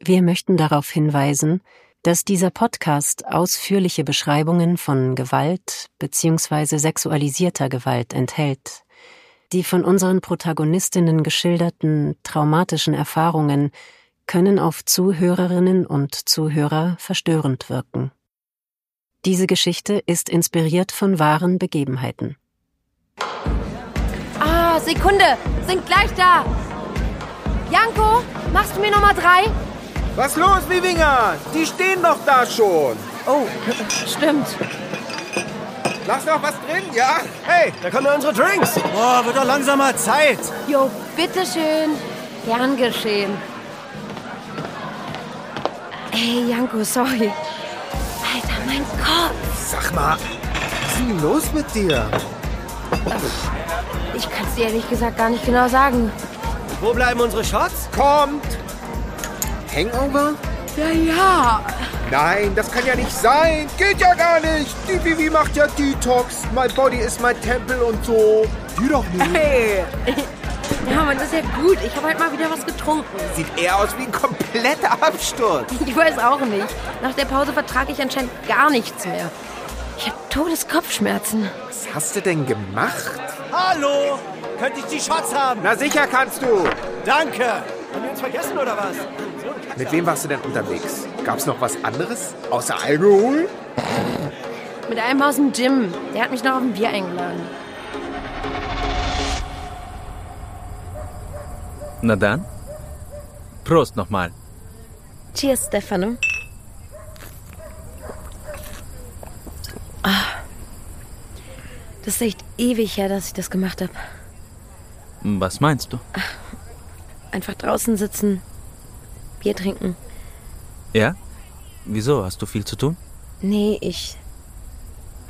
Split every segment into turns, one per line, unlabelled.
Wir möchten darauf hinweisen, dass dieser Podcast ausführliche Beschreibungen von Gewalt bzw. sexualisierter Gewalt enthält. Die von unseren Protagonistinnen geschilderten traumatischen Erfahrungen können auf Zuhörerinnen und Zuhörer verstörend wirken. Diese Geschichte ist inspiriert von wahren Begebenheiten.
Ah, Sekunde, sind gleich da. Janko, machst du mir Nummer drei?
Was los, Wiwinger? Die stehen doch da schon.
Oh, stimmt.
Lass doch was drin, ja? Hey, da kommen unsere Drinks. Boah, wird doch langsam mal Zeit.
Jo, bitteschön. Gern geschehen. Ey, Janko, sorry. Alter, mein Kopf.
Sag mal, was ist denn los mit dir?
Ich kann es dir ehrlich gesagt gar nicht genau sagen.
Wo bleiben unsere Shots? Kommt. Hangover?
Ja, ja.
Nein, das kann ja nicht sein. Geht ja gar nicht. Die Vivi macht ja Detox. My body is my Tempel und so. Die doch nicht.
Hey. Ja, Mann, das ist ja gut. Ich habe heute mal wieder was getrunken.
Sieht eher aus wie ein kompletter Absturz.
Ich weiß auch nicht. Nach der Pause vertrage ich anscheinend gar nichts mehr. Ich habe Todeskopfschmerzen.
Was hast du denn gemacht?
Hallo! Könnte ich die Shots haben?
Na sicher kannst du.
Danke! Haben wir uns vergessen oder was? So ein Kack.
Mit wem warst du denn unterwegs? Gab's noch was anderes? Außer Alkohol?
Mit einem aus dem Gym. Der hat mich noch auf ein Bier eingeladen.
Na dann. Prost nochmal.
Cheers, Stefano. Ah. Das ist echt ewig her, dass ich das gemacht habe.
Hm, Was meinst du?
Einfach draußen sitzen, Bier trinken.
Ja? Wieso? Hast du viel zu tun?
Nee, ich.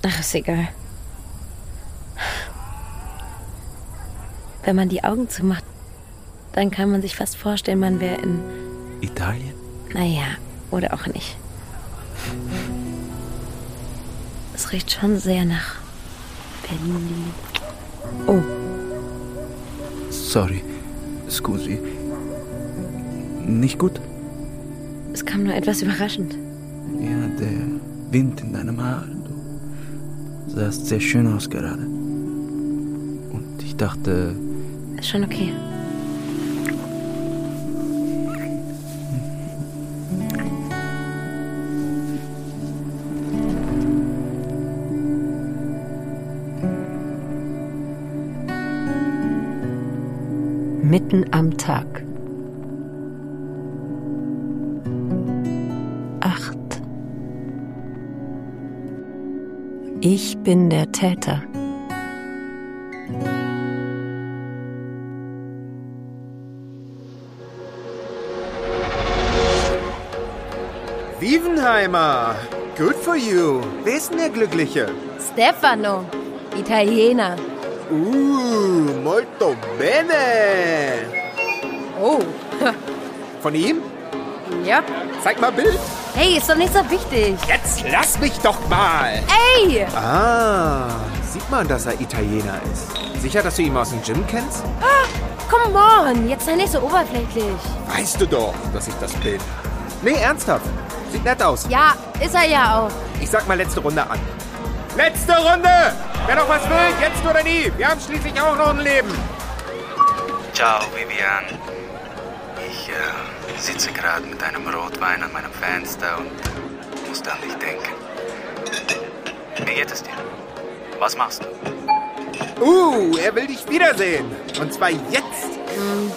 Ach, ist egal. Wenn man die Augen zumacht, dann kann man sich fast vorstellen, man wäre in.
Italien?
Naja, oder auch nicht. Es riecht schon sehr nach Berlin. Oh,
Sorry. Scusi. Nicht gut?
es kam nur etwas überraschend.
Ja, der Wind in deinem Haar. Du sahst sehr schön aus gerade. Und ich dachte,
Ist schon okay.
Mitten am Tag. Acht. Ich bin der Täter.
Wievenheimer. Good for you. Wer ist denn der Glückliche?
Stefano, Italiener.
Uh, molto bene.
Oh,
Von ihm?
ja.
Zeig mal Bild.
Hey, ist doch nicht so wichtig.
Jetzt lass mich doch mal.
Ey!
Ah, sieht man, dass er Italiener ist. Sicher, dass du ihn aus dem Gym kennst?
Come on, jetzt sei nicht so oberflächlich.
Weißt du doch, dass ich das bin. Nee, ernsthaft. Sieht nett aus.
Ja, ist er ja auch.
Ich sag mal letzte Runde an. Letzte Runde! Wer noch was will, jetzt oder nie. Wir haben schließlich auch noch ein Leben.
Ciao, Vivian. Ich äh, sitze gerade mit einem Rotwein an meinem Fenster und muss an dich denken. Wie geht es dir? Was machst du?
Uh, er will dich wiedersehen. Und zwar jetzt. Ah,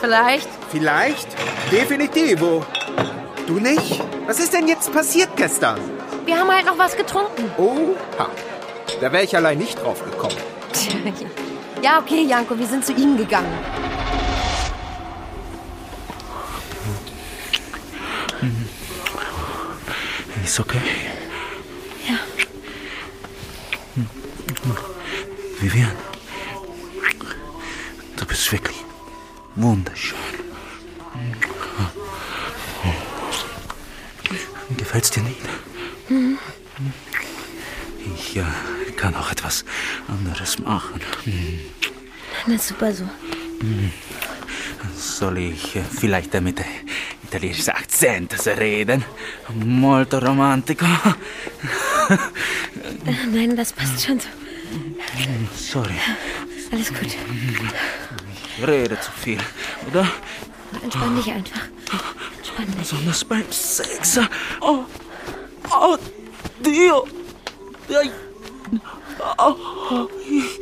Vielleicht.
Vielleicht? Definitivo. Du nicht? Was ist denn jetzt passiert gestern?
Wir haben halt noch was getrunken.
Oha. Da wäre ich allein nicht drauf gekommen.
Tja, ja. Ja, okay, Janko, wir sind zu ihm gegangen.
Mhm. ist okay.
Ja.
Hm. Vivian, du bist wirklich wunderschön. Hm. Gefällt's dir nicht?
Hm.
Ich äh, kann auch etwas anderes machen. Hm.
Na super so.
Soll ich äh, vielleicht damit äh, italienisch sagt, senza se reden. Molto romantico.
Nein, das passt schon so.
Hm, Sorry,
Alles gut.
ich rede zu viel, oder?
Entspann dich einfach. Entspann dich.
Besonders beim Sex. Oh, oh, Dio. Ai. Oh, ich-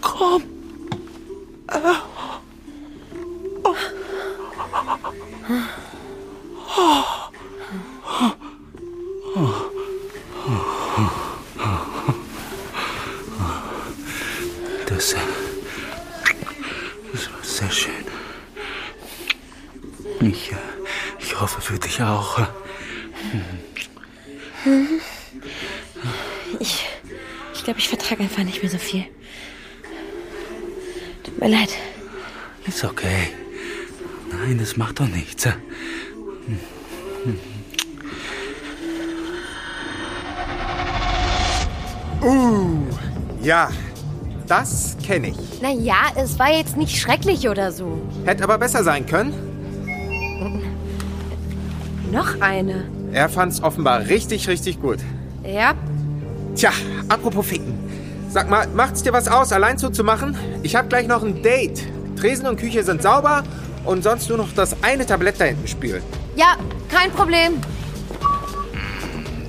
komm. Das, äh, das war sehr schön. Ich, äh, ich hoffe für dich auch.
Mhm. Ich, ich glaube, ich vertrage einfach nicht mehr so viel. Tut mir leid.
Ist okay. Nein, das macht doch nichts.
Ja, das kenne ich.
Naja, es war jetzt nicht schrecklich oder so.
Hätte aber besser sein können.
Noch eine.
Er fand's offenbar richtig, richtig gut.
Ja,
Tja, apropos Ficken. Sag mal, macht's dir was aus, allein so zu machen? Ich hab gleich noch ein Date. Tresen und Küche sind sauber und sonst nur noch das eine Tablett da hinten spülen.
ja, kein Problem.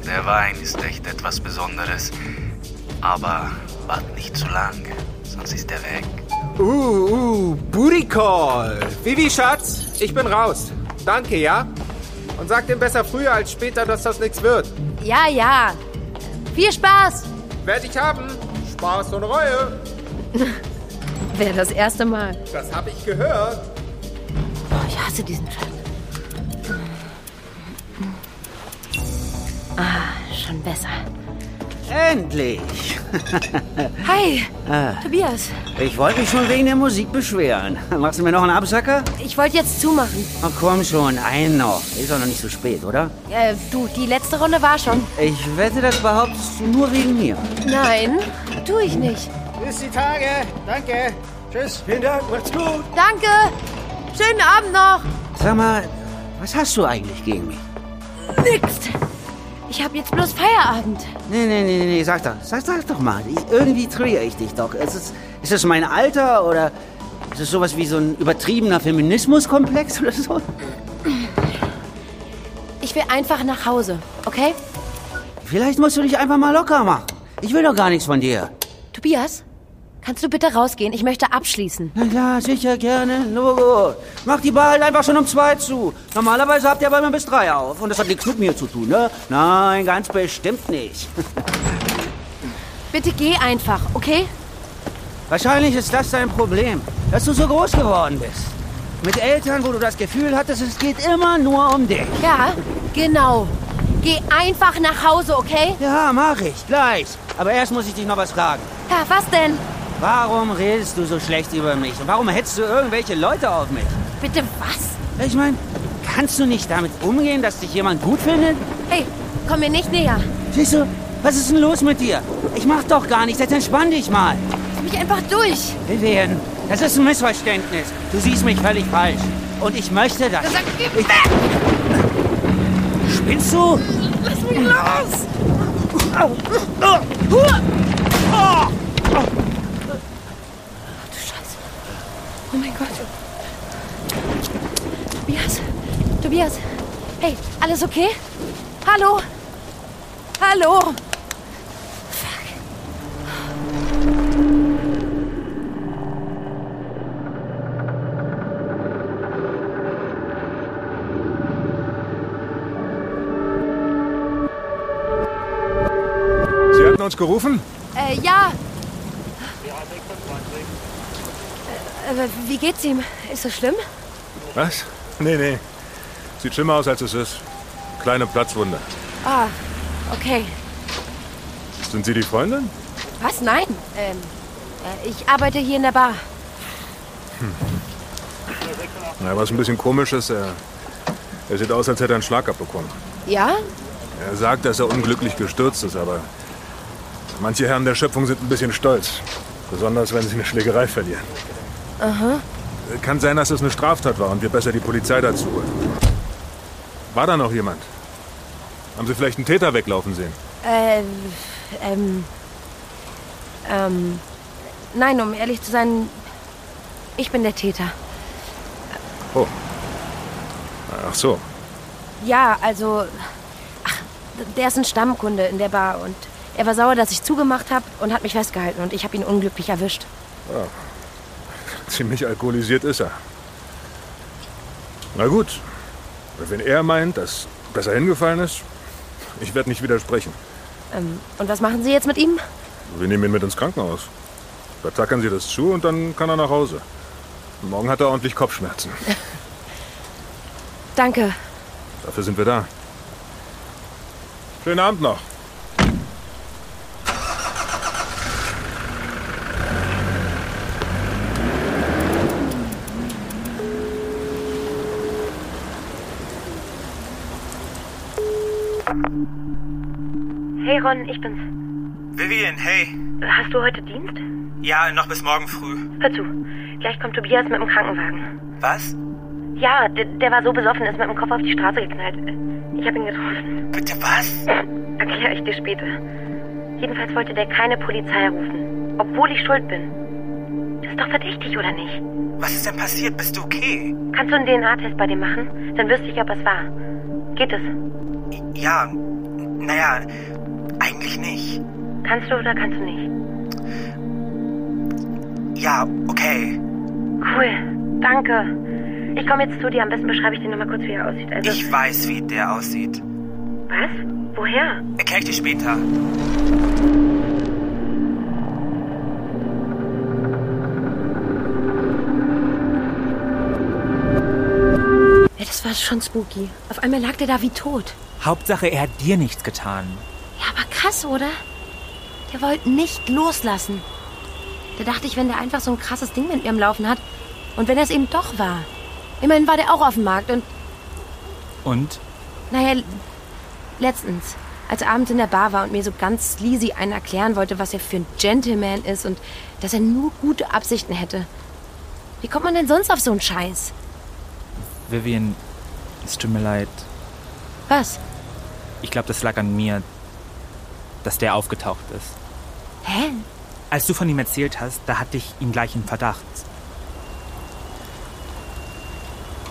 Der Wein ist echt etwas Besonderes. Aber wart nicht zu lang, sonst ist er weg.
Uh, uh, Booty Call. Vivi, Schatz, ich bin raus. Danke, ja? Und sag dem besser früher als später, dass das nichts wird.
Ja, ja. Viel Spaß.
Werd ich haben. Spaß und Reue.
Wäre das erste Mal.
Das hab ich gehört.
Oh, ich hasse diesen Schatten. Ah, schon besser.
Endlich! Ah,
Hi, Tobias.
Ich wollte mich schon wegen der Musik beschweren. Machst du mir noch einen Absacker?
Ich wollte jetzt zumachen.
Oh, komm schon, einen noch. Ist doch noch nicht so spät, oder?
Äh, du, die letzte Runde war schon.
Ich wette, das behauptest du nur wegen mir.
Nein, tue ich nicht.
Bis die Tage. Danke. Tschüss.
Vielen Dank, macht's gut.
Danke. Schönen Abend noch.
Sag mal, was hast du eigentlich gegen mich?
Nix. Ich habe jetzt bloß Feierabend.
Nee, nee, nee, nee, nee, sag doch. Sag, sag doch mal. Ich, irgendwie triere ich dich doch. Ist es, ist es mein Alter oder ist es sowas wie so ein übertriebener Feminismuskomplex oder so?
Ich will einfach nach Hause, okay?
Vielleicht musst du dich einfach mal locker machen. Ich will doch gar nichts von dir.
Tobias, kannst du bitte rausgehen? Ich möchte abschließen.
Na klar, sicher, gerne, Logo. Mach die Bar halt einfach schon um zwei zu. Normalerweise habt ihr aber immer bis drei auf. Und das hat nichts mit mir zu tun, ne? Nein, ganz bestimmt nicht.
Bitte geh einfach, okay?
Wahrscheinlich ist das dein Problem, dass du so groß geworden bist. Mit Eltern, wo du das Gefühl hattest, es geht immer nur um dich.
Ja, genau. Geh einfach nach Hause, okay?
Ja, mach ich, gleich. Aber erst muss ich dich noch was fragen.
Ja, was denn?
Warum redest du so schlecht über mich? Und warum hetzt du irgendwelche Leute auf mich?
Bitte was?
Ich meine, kannst du nicht damit umgehen, dass dich jemand gut findet?
Hey, komm mir nicht näher.
Siehst du, was ist denn los mit dir? Ich mach doch gar nichts, jetzt entspann dich mal.
Lass mich einfach durch.
Vivian, das ist ein Missverständnis. Du siehst mich völlig falsch. Und ich möchte das.
Sag, geh
Ich-
weg!
Spinnst du?
Lass mich los!
Au. Ah. Hua. Ah.
Du Scheiße. Oh mein Gott. Tobias. Tobias. Hey, alles okay? Hallo? Hallo? Fuck.
Sie hatten uns gerufen?
Äh, ja. Äh, äh, wie geht's ihm? Ist das schlimm?
Was? Nee, nee. Sieht schlimmer aus, als es ist. Kleine Platzwunde.
Ah, okay.
Sind Sie die Freundin?
Was? Nein. Ähm, äh, ich arbeite hier in der Bar.
Na, was ein bisschen komisch ist, er, er sieht aus, als hätte er einen Schlag abbekommen.
Ja?
Er sagt, dass er unglücklich gestürzt ist, aber manche Herren der Schöpfung sind ein bisschen stolz. Besonders, wenn sie eine Schlägerei verlieren. Aha. Kann sein, dass es eine Straftat war und wir besser die Polizei dazu holen. War da noch jemand? Haben Sie vielleicht einen Täter weglaufen sehen?
Äh, ähm, ähm, nein, um ehrlich zu sein, ich bin der Täter.
Oh. Ach so.
Ja, also, ach, der ist ein Stammkunde in der Bar und er war sauer, dass ich zugemacht habe und hat mich festgehalten und ich habe ihn unglücklich erwischt.
Ziemlich alkoholisiert ist er. Na gut. Wenn er meint, dass, dass er hingefallen ist, ich werde nicht widersprechen.
Ähm, und was machen Sie jetzt mit ihm?
Wir nehmen ihn mit ins Krankenhaus. Da tackern sie das zu und dann kann er nach Hause. Morgen hat er ordentlich Kopfschmerzen.
Danke.
Dafür sind wir da. Schönen Abend noch.
Hey Ron, ich bin's.
Vivian, hey.
Hast du heute Dienst?
Ja, noch bis morgen früh.
Hör zu, gleich kommt Tobias mit dem Krankenwagen.
Was?
Ja, der, der war so besoffen, ist mit dem Kopf auf die Straße geknallt. Ich habe ihn getroffen.
Bitte was?
Erkläre ich dir später. Jedenfalls wollte der keine Polizei rufen, obwohl ich schuld bin. Das ist doch verdächtig, oder nicht?
Was ist denn passiert? Bist du okay?
Kannst du einen DNA-Test bei dem machen? Dann wüsste ich, ob es war. Geht es?
Ja, naja, eigentlich nicht.
Kannst du oder kannst du nicht?
Ja, okay.
Cool, danke. Ich komme jetzt zu dir. Am besten beschreibe ich dir nochmal kurz, wie er aussieht. Also,
Ich weiß, wie der aussieht.
was? Woher?
Erkläre ich dir später.
Ja, das war schon spooky. Auf einmal lag der da wie tot.
Hauptsache, er hat dir nichts getan.
Ja, aber krass, oder? Der wollte nicht loslassen. Da dachte ich, wenn der einfach so ein krasses Ding mit mir am Laufen hat und wenn er es eben doch war. Immerhin war der auch auf dem Markt und,
Und?
naja, letztens, als er abends in der Bar war und mir so ganz sleazy einen erklären wollte, was er für ein Gentleman ist und dass er nur gute Absichten hätte. Wie kommt man denn sonst auf so einen Scheiß?
Vivian, es tut mir leid.
Was?
Ich glaube, das lag an mir, dass der aufgetaucht ist.
Hä?
Als du von ihm erzählt hast, da hatte ich ihn gleich im Verdacht.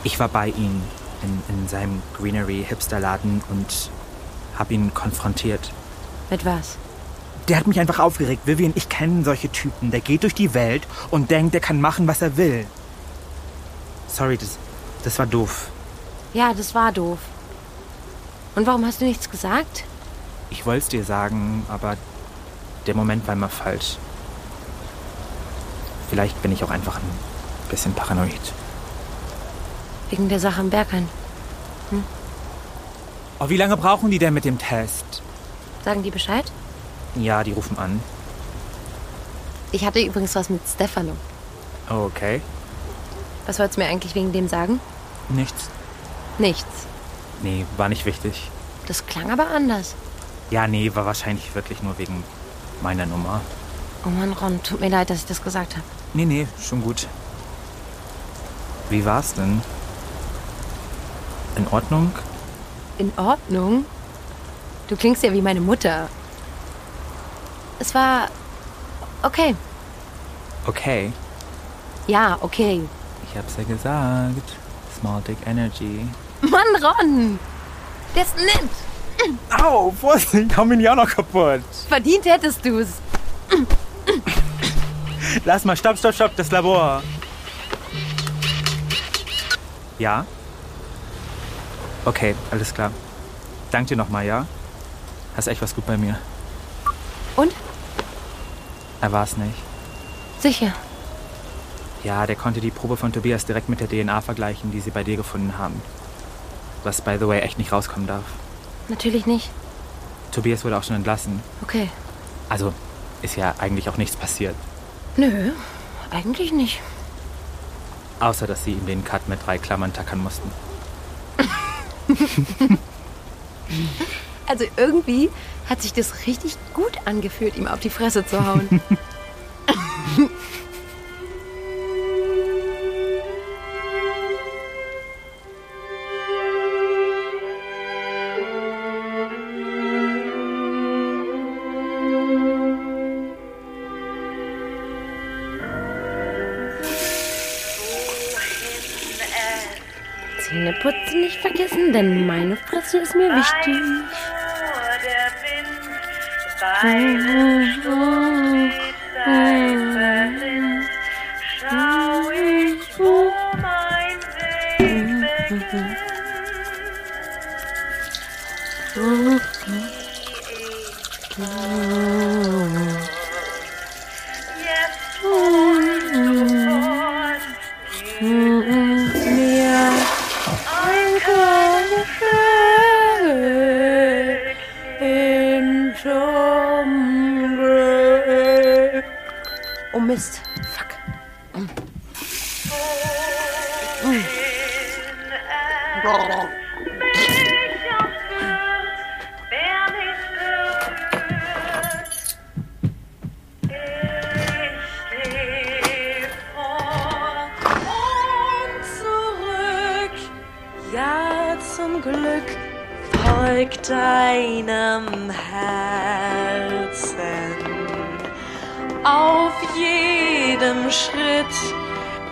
Ich war bei ihm in, in seinem Greenery-Hipster-Laden und habe ihn konfrontiert.
Mit was?
Der hat mich einfach aufgeregt. Vivian, ich kenne solche Typen. Der geht durch die Welt und denkt, der kann machen, was er will. Sorry, das, das war doof.
Ja, das war doof. Und warum hast du nichts gesagt?
Ich wollte es dir sagen, aber der Moment war immer falsch. Vielleicht bin ich auch einfach ein bisschen paranoid.
Wegen der Sache am Berghain.
Oh, wie lange brauchen die denn mit dem Test?
Sagen die Bescheid?
Ja, die rufen an.
Ich hatte übrigens was mit Stefano.
Oh, okay.
Was wollt's mir eigentlich wegen dem sagen?
Nichts.
Nichts.
Nee, war nicht wichtig.
Das klang aber anders.
Ja, nee, war wahrscheinlich wirklich nur wegen meiner Nummer.
Oh Mann, Ron, tut mir leid, dass ich das gesagt habe.
Nee, nee, schon gut. Wie war's denn? In Ordnung?
In Ordnung? Du klingst ja wie meine Mutter. Es war. Okay.
Okay.
Ja, okay.
Ich hab's ja gesagt. Small Dick Energy.
Mann, Ron! Der ist nett!
Au, Vorsicht, haben ihn ja noch kaputt.
Verdient hättest du's.
Lass mal, stopp, stopp, stopp, das Labor. Ja? Okay, alles klar. Dank dir nochmal, ja? Hast echt was gut bei mir.
Und?
Er war's nicht.
Sicher.
Ja, der konnte die Probe von Tobias direkt mit der DNA vergleichen, die sie bei dir gefunden haben. Was, by the way, echt nicht rauskommen darf.
Natürlich nicht.
Tobias wurde auch schon entlassen.
Okay.
Also, ist ja eigentlich auch nichts passiert.
Nö, eigentlich nicht.
Außer, dass sie ihm den Cut mit drei Klammern tackern mussten.
Also irgendwie hat sich das richtig gut angefühlt, ihm auf die Fresse zu hauen. Zähneputzen nicht vergessen, denn meine Fresse ist mir wichtig. Ah, Ah, Ah, Oh Mist. Fuck.
Ja, zum Glück folgt deinem Herzen auf jedem Schritt,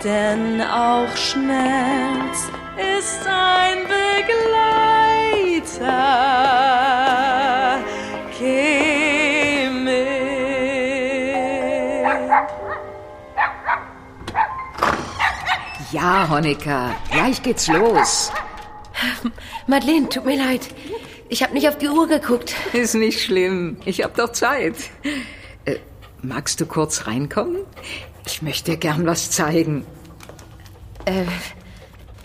denn auch Schmerz ist ein Begleiter. Geh mit.
Ja, Honecker, gleich geht's los.
Madeleine, tut mir leid. Ich habe nicht auf die Uhr geguckt.
Ist nicht schlimm. Ich hab doch Zeit. Äh, magst du kurz reinkommen? Ich möchte dir gern was zeigen.
Äh,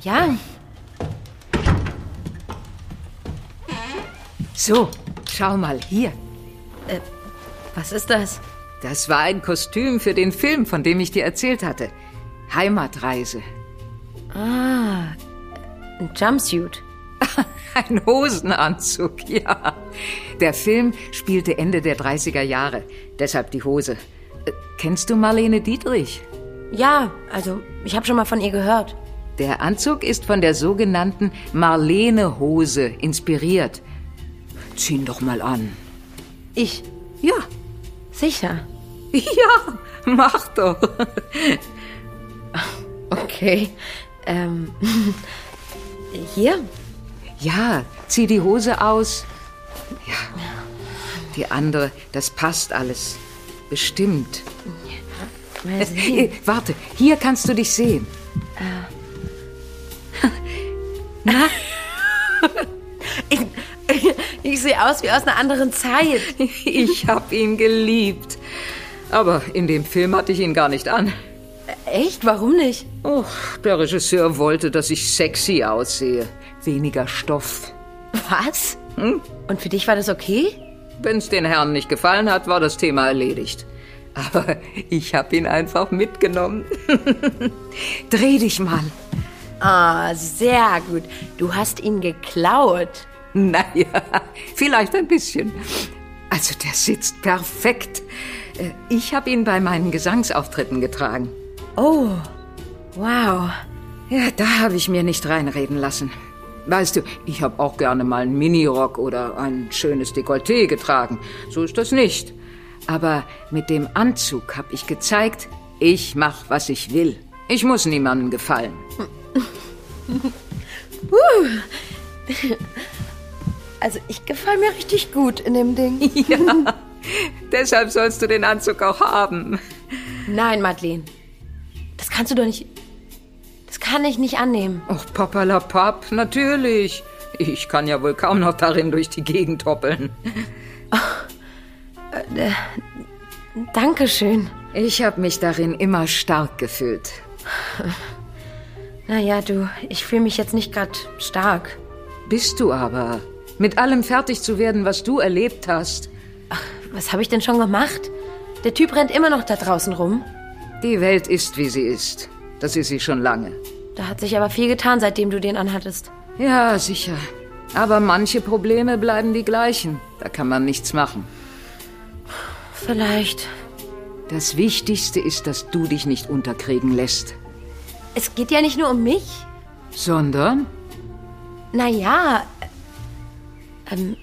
ja.
So, schau mal hier.
Äh, Was ist das?
Das war ein Kostüm für den Film, von dem ich dir erzählt hatte. Heimatreise.
Ah, ein Jumpsuit.
Ein Hosenanzug, ja. Der Film spielte Ende der 30er Jahre, deshalb die Hose. Äh, Kennst du Marlene Dietrich?
Ja, also ich habe schon mal von ihr gehört.
Der Anzug ist von der sogenannten Marlene-Hose inspiriert. Zieh ihn doch mal an.
Ich?
Ja,
Sicher.
ja, mach doch.
Okay. Ähm. Hier?
Ja, zieh die Hose aus. Ja, die andere, das passt alles. Bestimmt.
Mal
Äh,
sehen.
warte, hier kannst du dich sehen.
Äh.
Na,
Ich sehe aus wie aus einer anderen Zeit.
ich hab ihn geliebt. Aber in dem Film hatte ich ihn gar nicht an.
Echt? Warum nicht?
Oh, der Regisseur wollte, dass ich sexy aussehe. Weniger Stoff.
Was?
Hm?
Und für dich war das okay?
Wenn's den Herrn nicht gefallen hat, war das Thema erledigt. Aber ich hab ihn einfach mitgenommen. Dreh dich mal.
Ah, sehr gut. Du hast ihn geklaut.
Naja, vielleicht ein bisschen. Also der sitzt perfekt. Äh, Ich habe ihn bei meinen Gesangsauftritten getragen.
Oh, wow.
Ja, da habe ich mir nicht reinreden lassen. Weißt du, ich habe auch gerne mal einen Minirock oder ein schönes Dekolleté getragen. So ist das nicht. Aber mit dem Anzug habe ich gezeigt, ich mach, was ich will. Ich muss niemandem gefallen.
Hm. uh. Also ich gefall mir richtig gut in dem Ding.
Deshalb sollst du den Anzug auch haben.
Nein, Madeleine. Das kannst du doch nicht. Das kann ich nicht annehmen.
Och, papalapap, natürlich. Ich kann ja wohl kaum noch darin durch die Gegend hoppeln.
Äh, Dankeschön.
Ich habe mich darin immer stark gefühlt.
Naja, du, ich fühle mich jetzt nicht gerade stark.
Bist du aber. Mit allem fertig zu werden, was du erlebt hast.
Was habe ich denn schon gemacht? Der Typ rennt immer noch da draußen rum.
Die Welt ist, wie sie ist. Das ist sie schon lange.
Da hat sich aber viel getan, seitdem du den anhattest.
Ja, sicher. Aber manche Probleme bleiben die gleichen. Da kann man nichts machen.
Vielleicht.
Das Wichtigste ist, dass du dich nicht unterkriegen lässt.
Es geht ja nicht nur um mich.
Sondern?
Naja. äh, Ähm,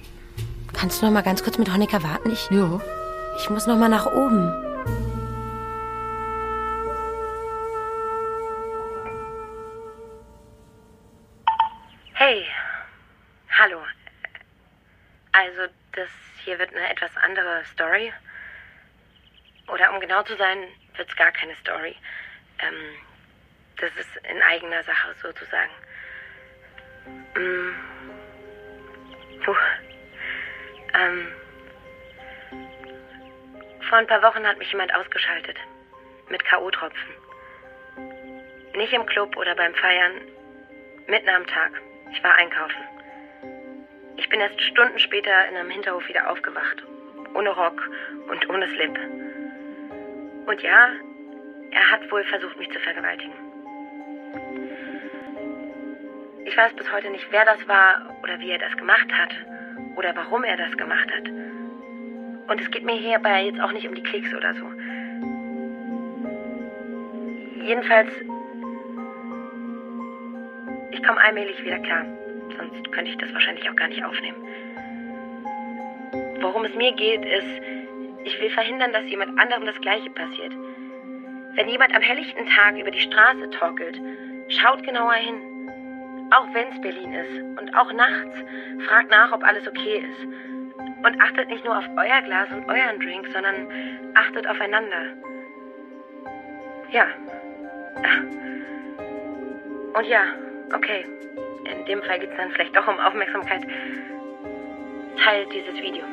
kannst du noch mal ganz kurz mit Honecker warten? Ich,
Ja.
ich muss noch mal nach oben. Hey, hallo. Also, das hier wird eine etwas andere Story. Oder um genau zu sein, wird es gar keine Story. Ähm, das ist in eigener Sache sozusagen. Mm. Puh. Ähm, vor ein paar Wochen hat mich jemand ausgeschaltet. Mit K.O.-Tropfen. Nicht im Club oder beim Feiern. Mitten am Tag. Ich war einkaufen. Ich bin erst Stunden später in einem Hinterhof wieder aufgewacht. Ohne Rock und ohne Slip. Und ja, er hat wohl versucht, mich zu vergewaltigen. Ich weiß bis heute nicht, wer das war oder wie er das gemacht hat oder warum er das gemacht hat. Und es geht mir hierbei jetzt auch nicht um die Klicks oder so. Jedenfalls, ich komme allmählich wieder klar. Sonst könnte ich das wahrscheinlich auch gar nicht aufnehmen. Worum es mir geht, ist, ich will verhindern, dass jemand anderem das Gleiche passiert. Wenn jemand am helllichten Tag über die Straße torkelt, schaut genauer hin. Auch wenn es Berlin ist und auch nachts, fragt nach, ob alles okay ist. Und achtet nicht nur auf euer Glas und euren Drink, sondern achtet aufeinander. Ja. Ah. Und ja, okay. In dem Fall geht es dann vielleicht doch um Aufmerksamkeit. Teilt dieses Video.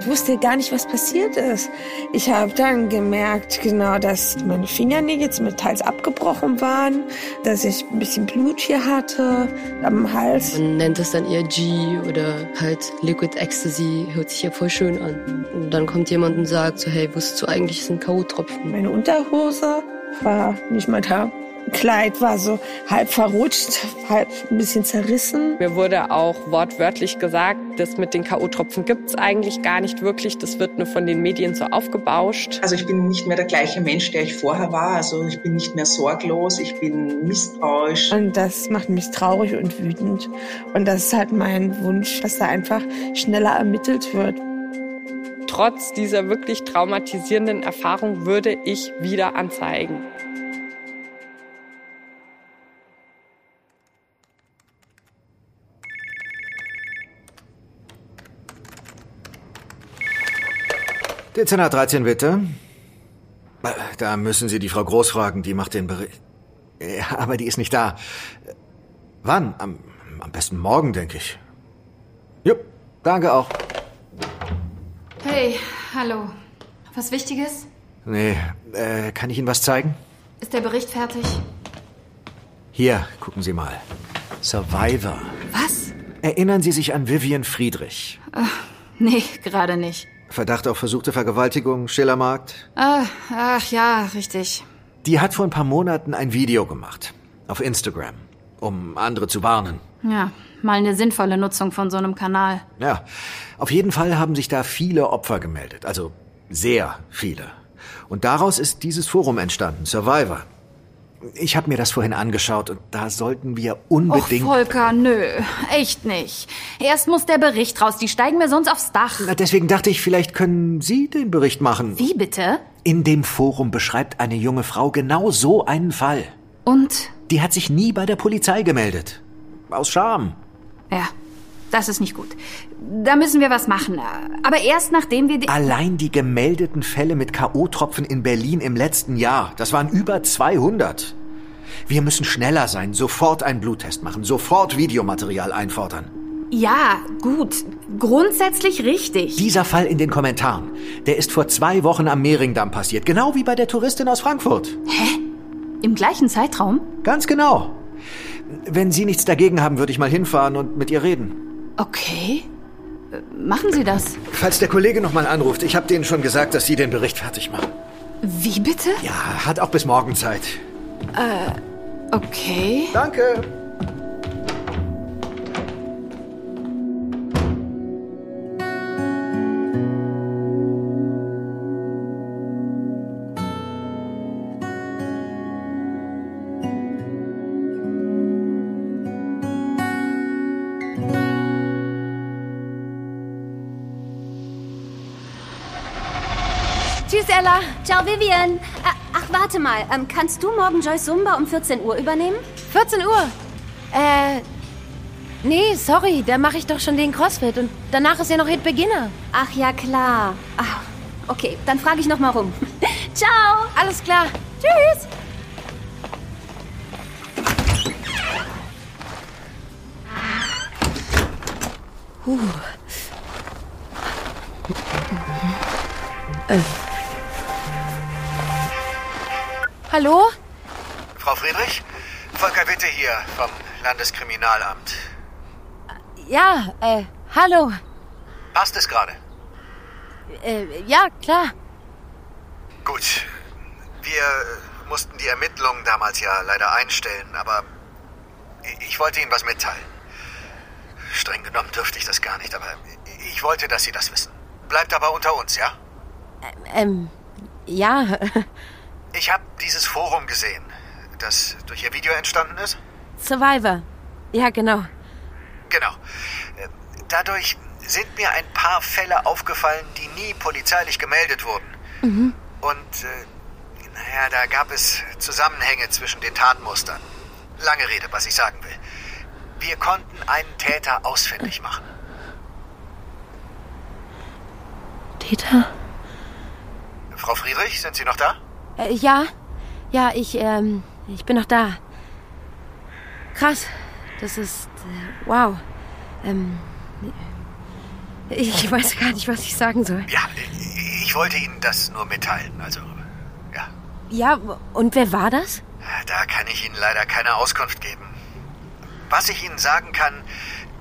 Ich wusste gar nicht, was passiert ist. Ich habe dann gemerkt, genau, dass meine Fingernägel jetzt mit teils abgebrochen waren, dass ich ein bisschen Blut hier hatte am Hals.
Man nennt das dann ERG oder halt Liquid Ecstasy, hört sich ja voll schön an. Und dann kommt jemand und sagt so, hey, wusstest du eigentlich, es sind K.O.-Tropfen?
Meine Unterhose war nicht mal da. Kleid war so halb verrutscht, halb ein bisschen zerrissen.
Mir wurde auch wortwörtlich gesagt, das mit den K.O.-Tropfen gibt's eigentlich gar nicht wirklich. Das wird nur von den Medien so aufgebauscht.
Also ich bin nicht mehr der gleiche Mensch, der ich vorher war. Also ich bin nicht mehr sorglos, ich bin misstrauisch.
Und das macht mich traurig und wütend. Und das ist halt mein Wunsch, dass da einfach schneller ermittelt wird.
Trotz dieser wirklich traumatisierenden Erfahrung würde ich wieder anzeigen.
Dezernat 13, bitte. Äh, Da müssen Sie die Frau Groß fragen, die macht den Bericht. Ja, aber die ist nicht da. Wann? Am, am besten morgen, denke ich. Jupp, danke auch.
Hey, hallo. Was Wichtiges?
Nee, äh, kann ich Ihnen was zeigen?
Ist der Bericht fertig?
Hier, gucken Sie mal. Survivor.
Was?
Erinnern Sie sich an Vivian Friedrich?
Ach, Äh, nee, gerade nicht.
Verdacht auf versuchte Vergewaltigung, Schillermarkt.
Ah, ach ja, richtig.
Die hat vor ein paar Monaten ein Video gemacht. Auf Instagram. Um andere zu warnen.
Ja, mal eine sinnvolle Nutzung von so einem Kanal.
Ja, auf jeden Fall haben sich da viele Opfer gemeldet. Also sehr viele. Und daraus ist dieses Forum entstanden, Survivor. Ich habe mir das vorhin angeschaut und da sollten wir unbedingt...
Och, Volker, nö, echt nicht. Erst muss der Bericht raus, die steigen mir sonst aufs Dach.
Na, deswegen dachte ich, vielleicht können Sie den Bericht machen.
Wie bitte?
In dem Forum beschreibt eine junge Frau genau so einen Fall.
Und?
Die hat sich nie bei der Polizei gemeldet. Aus Scham.
Ja, das ist nicht gut. Da müssen wir was machen. Aber erst nachdem wir die...
Allein die gemeldeten Fälle mit K.O.-Tropfen in Berlin im letzten Jahr, das waren über 200. Wir müssen schneller sein, sofort einen Bluttest machen, sofort Videomaterial einfordern.
Ja, gut. Grundsätzlich richtig.
Dieser Fall in den Kommentaren, der ist vor zwei Wochen am Mehringdamm passiert, genau wie bei der Touristin aus Frankfurt.
Hä? Im gleichen Zeitraum?
Ganz genau. Wenn Sie nichts dagegen haben, würde ich mal hinfahren und mit ihr reden.
Okay. Machen Sie das.
Falls der Kollege nochmal anruft, ich habe denen schon gesagt, dass Sie den Bericht fertig machen.
Wie bitte?
Ja, hat auch bis morgen Zeit.
Äh, okay.
Danke.
Tschüss, Ella.
Ciao, Vivian.
Ach
Äh, warte mal. Ähm, kannst du morgen Joyce Sumba um 14 Uhr übernehmen?
14 Uhr? Äh. Nee, sorry, da mache ich doch schon den Crossfit und danach ist ja noch Hit Beginner.
Ach ja, klar. Ach, okay, dann frage ich nochmal rum. Ciao.
Alles klar.
Tschüss.
Huh. Äh. Hallo?
Frau Friedrich? Volker Witte hier vom Landeskriminalamt.
Ja, äh, hallo.
Passt es gerade?
Äh, ja, klar.
Gut. Wir äh, mussten die Ermittlungen damals ja leider einstellen, aber i- ich wollte Ihnen was mitteilen. Streng genommen dürfte ich das gar nicht, aber i- ich wollte, dass Sie das wissen. Bleibt aber unter uns, ja?
Ähm, ja.
Ich habe dieses Forum gesehen, das durch Ihr Video entstanden ist.
Survivor. Ja, genau.
Genau. Äh, Dadurch sind mir ein paar Fälle aufgefallen, die nie polizeilich gemeldet wurden.
Mhm.
Und äh, naja, da gab es Zusammenhänge zwischen den Tatmustern. Lange Rede, was ich sagen will. Wir konnten einen Täter ausfindig machen.
Täter?
Frau Friedrich, sind Sie noch da?
Äh, ja. Ja, ich, ähm, ich bin noch da. Krass. Das ist, äh, wow. Ähm, ich weiß gar nicht, was ich sagen soll.
Ja, ich- ich wollte Ihnen das nur mitteilen. Also,
Ja, und wer war das?
da kann ich Ihnen leider keine Auskunft geben. Was ich Ihnen sagen kann,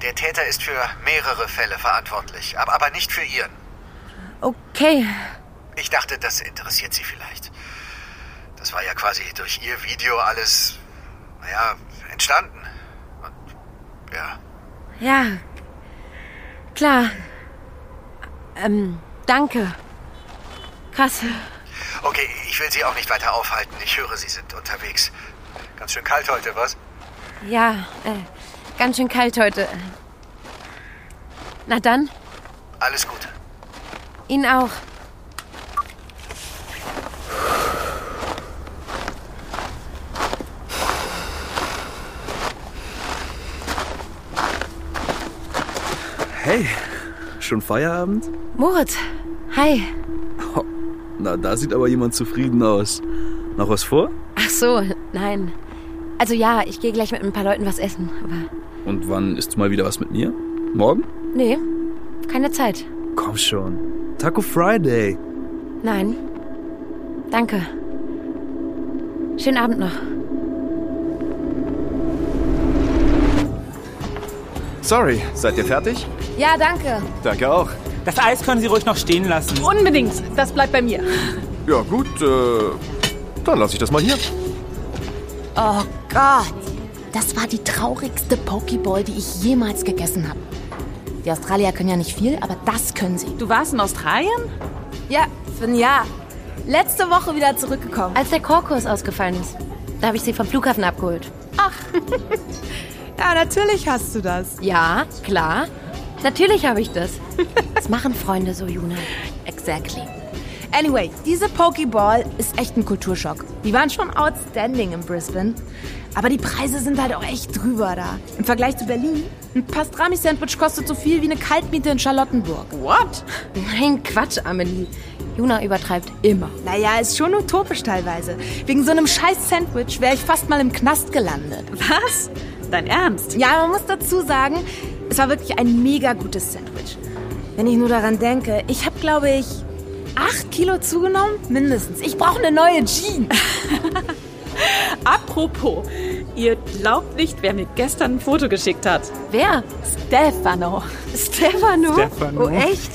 der Täter ist für mehrere Fälle verantwortlich, ab- aber nicht für Ihren.
Okay.
Ich dachte, das interessiert Sie vielleicht. Das war ja quasi durch Ihr Video alles, naja, entstanden. Und, ja.
Ja. Klar. Ähm, danke. Krass.
Okay, ich will Sie auch nicht weiter aufhalten. Ich höre, Sie sind unterwegs. Ganz schön kalt heute, was?
Ja, äh, ganz schön kalt heute. Na dann,
Alles Gute.
Ihnen auch.
Hey, schon Feierabend?
Moritz, hi.
Na, da sieht aber jemand zufrieden aus. Noch was vor?
Ach so, nein. Also ja, ich gehe gleich mit ein paar Leuten was essen, aber
Und wann isst du mal wieder was mit mir? Morgen?
nee, keine Zeit.
Komm schon. Taco Friday.
Nein. Danke. Schönen Abend noch.
Sorry, seid ihr fertig?
Ja, danke.
Danke auch.
Das Eis können Sie ruhig noch stehen lassen.
Unbedingt. Das bleibt bei mir.
Ja gut, äh, dann lasse ich das mal hier.
Oh Gott, das war die traurigste Pokeball, die ich jemals gegessen habe. Die Australier können ja nicht viel, aber das können sie.
Du warst in Australien?
Ja, für ein Jahr. Letzte Woche wieder zurückgekommen. Als der Chorkurs ausgefallen ist. Da habe ich sie vom Flughafen abgeholt.
Ja, natürlich hast du das.
Ja, klar. Natürlich habe ich das. Das machen Freunde so, Juna.
Exactly. Anyway, diese Pokeball ist echt ein Kulturschock. Die waren schon outstanding in Brisbane. Aber die Preise sind halt auch echt drüber da. Im Vergleich zu Berlin. Ein Pastrami-Sandwich kostet so viel wie eine Kaltmiete in Charlottenburg. What?
Nein, Quatsch, Amelie. Juna übertreibt immer.
Naja, ist schon utopisch teilweise. Wegen so einem scheiß Sandwich wäre ich fast mal im Knast gelandet. Was? Dein Ernst? Ja, man muss dazu sagen, es war wirklich ein mega gutes Sandwich. Wenn ich nur daran denke, ich habe, glaube ich, acht Kilo zugenommen, mindestens. Ich brauche eine neue Jeans.
Apropos, ihr glaubt nicht, wer mir gestern ein Foto geschickt hat.
Wer?
Stefano.
Stefano?
Stefano.
Oh, echt?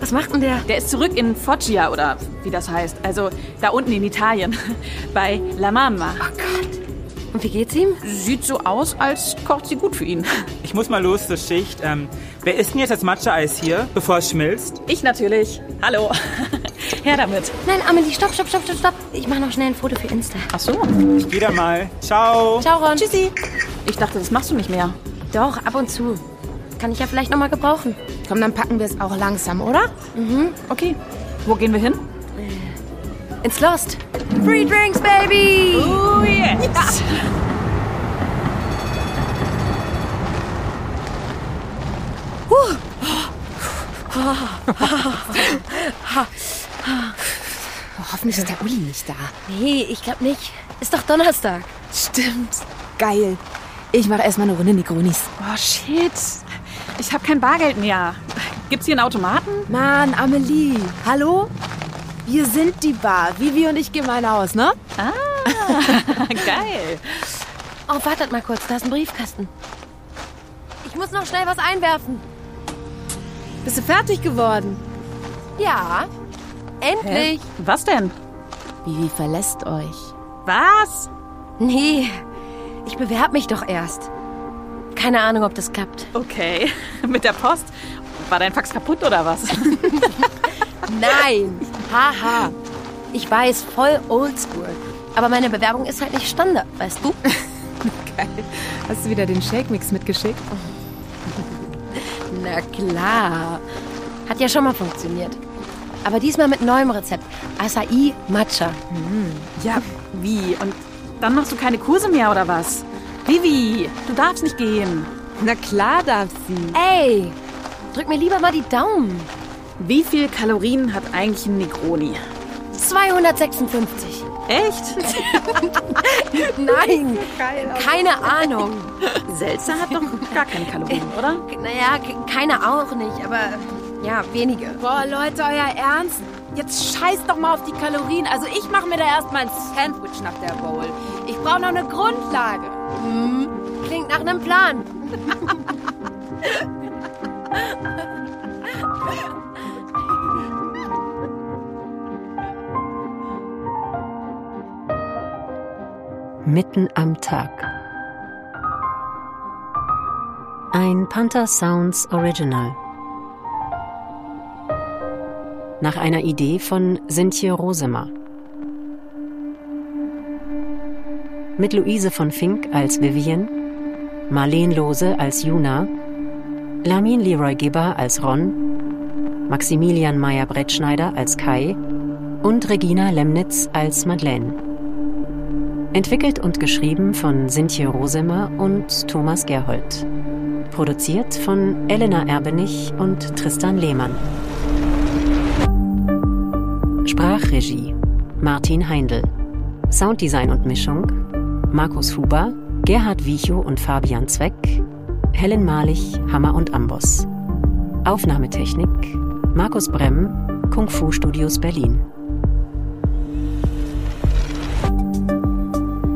Was macht denn der?
Der ist zurück in Foggia oder wie das heißt. Also da unten in Italien. Bei La Mamma. Oh Gott.
Und wie geht's ihm?
Sieht so aus, als kocht sie gut für ihn.
Ich muss mal los zur Schicht. Ähm, wer isst denn jetzt das Matcha-Eis hier, bevor es schmilzt?
Ich natürlich. Hallo. Her damit.
Nein, Amelie, stopp, stopp, stopp, stopp, stopp. Ich mache noch schnell ein Foto für Insta.
Ach so.
Ich wieder mal. Ciao.
Ciao, Ron.
Tschüssi. Ich dachte, das machst du nicht mehr.
Doch, ab und zu. Kann ich ja vielleicht nochmal gebrauchen.
Komm, dann packen wir es auch langsam, oder?
Mhm.
Okay. Wo gehen wir hin?
Ins Lost.
Free drinks, baby! Oh yes!
Huh.
Oh, hoffentlich ist der Uli nicht da.
Nee, ich glaube nicht. Ist doch Donnerstag. Stimmt. Geil. Ich mache erstmal eine Runde Negronis.
Oh, shit. Ich habe kein Bargeld mehr. Gibt's hier einen Automaten?
Mann, Amelie. Hallo? Wir sind die Bar. Vivi und ich gehen mal aus, ne? Ah.
Geil.
Oh, wartet mal kurz, da ist ein Briefkasten. Ich muss noch schnell was einwerfen.
Bist du fertig geworden?
Ja. Endlich.
Was denn?
Vivi verlässt euch.
Was?
Nee, ich bewerb mich doch erst. Keine Ahnung, ob das klappt.
Okay. Mit der Post? War dein Fax kaputt oder was?
Nein. Haha. Ich weiß, voll oldschool. Aber meine Bewerbung ist halt nicht Standard, weißt du?
Hast du wieder den Shake-Mix mitgeschickt?
Na klar. Hat ja schon mal funktioniert. Aber diesmal mit neuem Rezept. Acai Matcha.
Mhm.
Ja, wie? Und dann machst du keine Kurse mehr oder was? Vivi, du darfst nicht gehen.
Na klar darf sie.
Ey, drück mir lieber mal die Daumen.
Wie viel Kalorien hat eigentlich ein Negroni?
256.
Echt?
Nein, keine Ahnung.
Seltzer hat doch gar keine Kalorien, oder?
Naja, ke- keine auch nicht, aber ja, wenige.
Boah, Leute, euer Ernst? Jetzt scheiß doch mal auf die Kalorien. Also ich mache mir da erstmal ein Sandwich nach der Bowl. Ich brauche noch eine Grundlage.
Klingt nach einem Plan.
Mitten am Tag. Ein Panther Sounds Original. Nach einer Idee von Sintje Rosemer. Mit Luise von Fink als Vivian, Marlene Lose als Juna, Lamin Leroy Gibber als Ron, Maximilian Meyer-Brettschneider als Kai und Regina Lemnitz als Madeleine. Entwickelt und geschrieben von Sintje Rosemer und Thomas Gerhold. Produziert von Elena Erbenich und Tristan Lehmann. Sprachregie Martin Heindl. Sounddesign und Mischung Markus Huber, Gerhard Wiechow und Fabian Zweck. Helen Malich, Hammer und Amboss. Aufnahmetechnik Markus Bremm, Kung Fu Studios Berlin.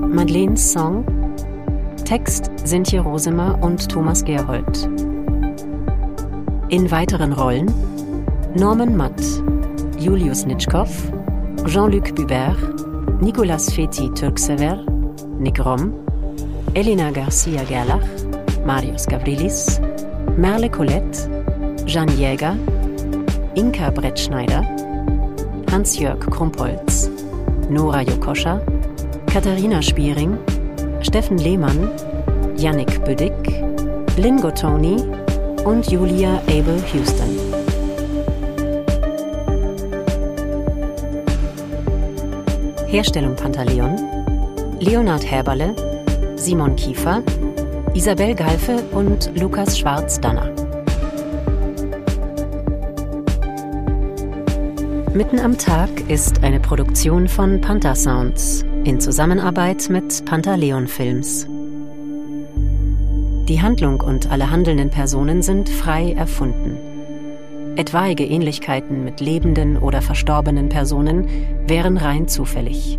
Madeleines Song. Text Sintje Rosemer und Thomas Gerhold. In weiteren Rollen Norman Matt, Julius Nitschkow, Jean-Luc Bubert, Nicolas Feti Türksever, Nick Rom, Elena Garcia Gerlach, Marius Gavrilis, Merle Colette, Jeanne Jäger, Inka Brettschneider, Hans-Jörg Krumpolz, Nora Jokoscha, Katharina Spiering, Steffen Lehmann, Yannick Büdig, Lynn Gottoni und Julia Abel Houston. Herstellung Pantaleon, Leonhard Häberle, Simon Kiefer, Isabel Galfe und Lukas Schwarz-Danner. Mitten am Tag ist eine Produktion von Panther Sounds in Zusammenarbeit mit Pantaleon Films. Die Handlung und alle handelnden Personen sind frei erfunden. Etwaige Ähnlichkeiten mit lebenden oder verstorbenen Personen wären rein zufällig.